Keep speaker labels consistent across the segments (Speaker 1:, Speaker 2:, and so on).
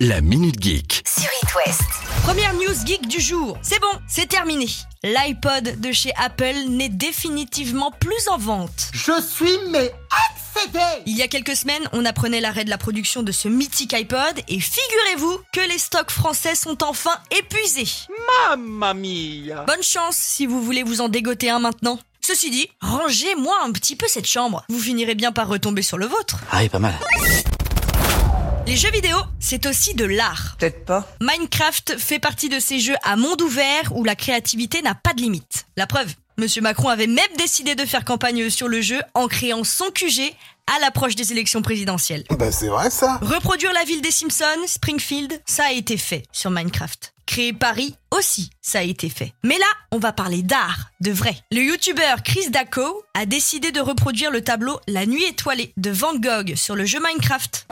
Speaker 1: La Minute Geek.
Speaker 2: sur It West.
Speaker 3: Première news geek du jour. C'est bon, c'est terminé. L'iPod de chez Apple n'est définitivement plus en vente.
Speaker 4: Je suis mais excédé
Speaker 3: Il y a quelques semaines, on apprenait l'arrêt de la production de ce mythique iPod et figurez-vous que les stocks français sont enfin épuisés.
Speaker 4: Mamma mia
Speaker 3: Bonne chance si vous voulez vous en dégoter un maintenant. Ceci dit, rangez-moi un petit peu cette chambre. Vous finirez bien par retomber sur le vôtre.
Speaker 5: Ah oui, pas mal.
Speaker 3: Les jeux vidéo, c'est aussi de l'art.
Speaker 4: Peut-être pas.
Speaker 3: Minecraft fait partie de ces jeux à monde ouvert où la créativité n'a pas de limite. La preuve, Monsieur Macron avait même décidé de faire campagne sur le jeu en créant son QG à l'approche des élections présidentielles.
Speaker 6: Bah c'est vrai ça
Speaker 3: Reproduire la ville des Simpsons, Springfield, ça a été fait sur Minecraft. Créer Paris aussi, ça a été fait. Mais là, on va parler d'art, de vrai. Le youtubeur Chris Daco a décidé de reproduire le tableau La Nuit étoilée de Van Gogh sur le jeu Minecraft.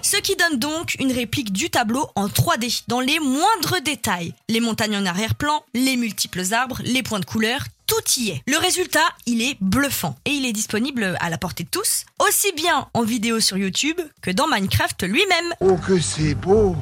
Speaker 3: Ce qui donne donc une réplique du tableau en 3D, dans les moindres détails. Les montagnes en arrière-plan, les multiples arbres, les points de couleur, tout y est. Le résultat, il est bluffant. Et il est disponible à la portée de tous, aussi bien en vidéo sur YouTube que dans Minecraft lui-même.
Speaker 6: Oh que c'est beau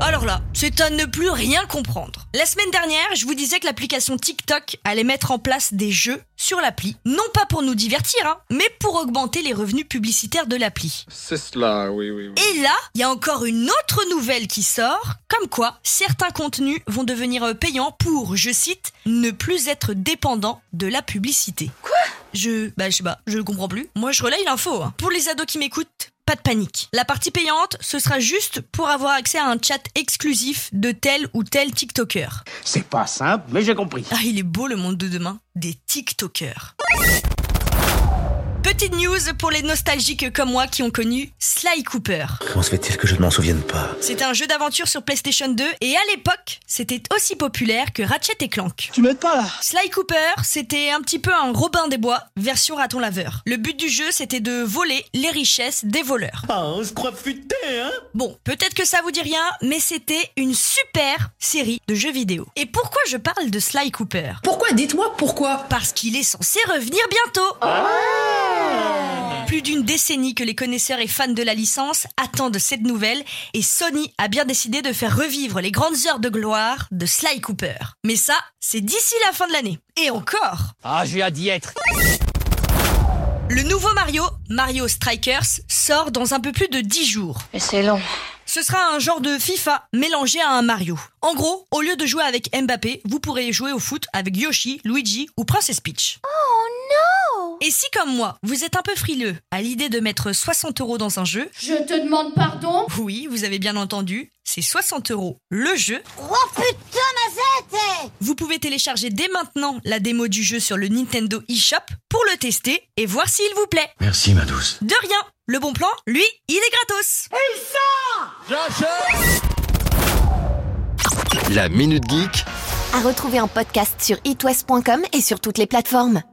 Speaker 3: Alors là, c'est à ne plus rien comprendre. La semaine dernière, je vous disais que l'application TikTok allait mettre en place des jeux sur l'appli, non pas pour nous divertir, hein, mais pour augmenter les revenus publicitaires de l'appli.
Speaker 7: C'est cela, oui, oui, oui.
Speaker 3: Et là, il y a encore une autre nouvelle qui sort, comme quoi certains contenus vont devenir euh, payants pour, je cite, ne plus être dépendant de la publicité. Quoi Je, bah je sais pas, je comprends plus. Moi, je relaye l'info. hein. Pour les ados qui m'écoutent. Pas de panique. La partie payante, ce sera juste pour avoir accès à un chat exclusif de tel ou tel TikToker.
Speaker 4: C'est pas simple, mais j'ai compris.
Speaker 3: Ah, il est beau le monde de demain, des TikTokers. Petite news pour les nostalgiques comme moi qui ont connu Sly Cooper.
Speaker 5: Comment se fait-il que je ne m'en souvienne pas
Speaker 3: C'était un jeu d'aventure sur PlayStation 2 et à l'époque, c'était aussi populaire que Ratchet et Clank.
Speaker 4: Tu m'aides pas là
Speaker 3: Sly Cooper, c'était un petit peu un Robin des Bois, version raton laveur. Le but du jeu, c'était de voler les richesses des voleurs.
Speaker 5: Ah, on se croit futé, hein
Speaker 3: Bon, peut-être que ça vous dit rien, mais c'était une super série de jeux vidéo. Et pourquoi je parle de Sly Cooper
Speaker 8: Pourquoi Dites-moi pourquoi
Speaker 3: Parce qu'il est censé revenir bientôt
Speaker 4: Ah
Speaker 3: plus d'une décennie que les connaisseurs et fans de la licence attendent cette nouvelle et Sony a bien décidé de faire revivre les grandes heures de gloire de Sly Cooper. Mais ça, c'est d'ici la fin de l'année. Et encore
Speaker 4: Ah, j'ai hâte d'y être.
Speaker 3: le nouveau Mario, Mario Strikers, sort dans un peu plus de 10 jours.
Speaker 2: Mais c'est long.
Speaker 3: Ce sera un genre de FIFA mélangé à un Mario. En gros, au lieu de jouer avec Mbappé, vous pourrez jouer au foot avec Yoshi, Luigi ou Princess Peach. Oh non Et si comme moi, vous êtes un peu frileux à l'idée de mettre 60 euros dans un jeu,
Speaker 9: Je te demande pardon
Speaker 3: oui, vous avez bien entendu, c'est 60 euros le jeu.
Speaker 2: Oh putain, ma
Speaker 3: Vous pouvez télécharger dès maintenant la démo du jeu sur le Nintendo eShop pour le tester et voir s'il vous plaît.
Speaker 5: Merci, ma douce.
Speaker 3: De rien, le bon plan, lui, il est gratos.
Speaker 1: La Minute Geek
Speaker 2: À retrouver en podcast sur itwest.com et sur toutes les plateformes.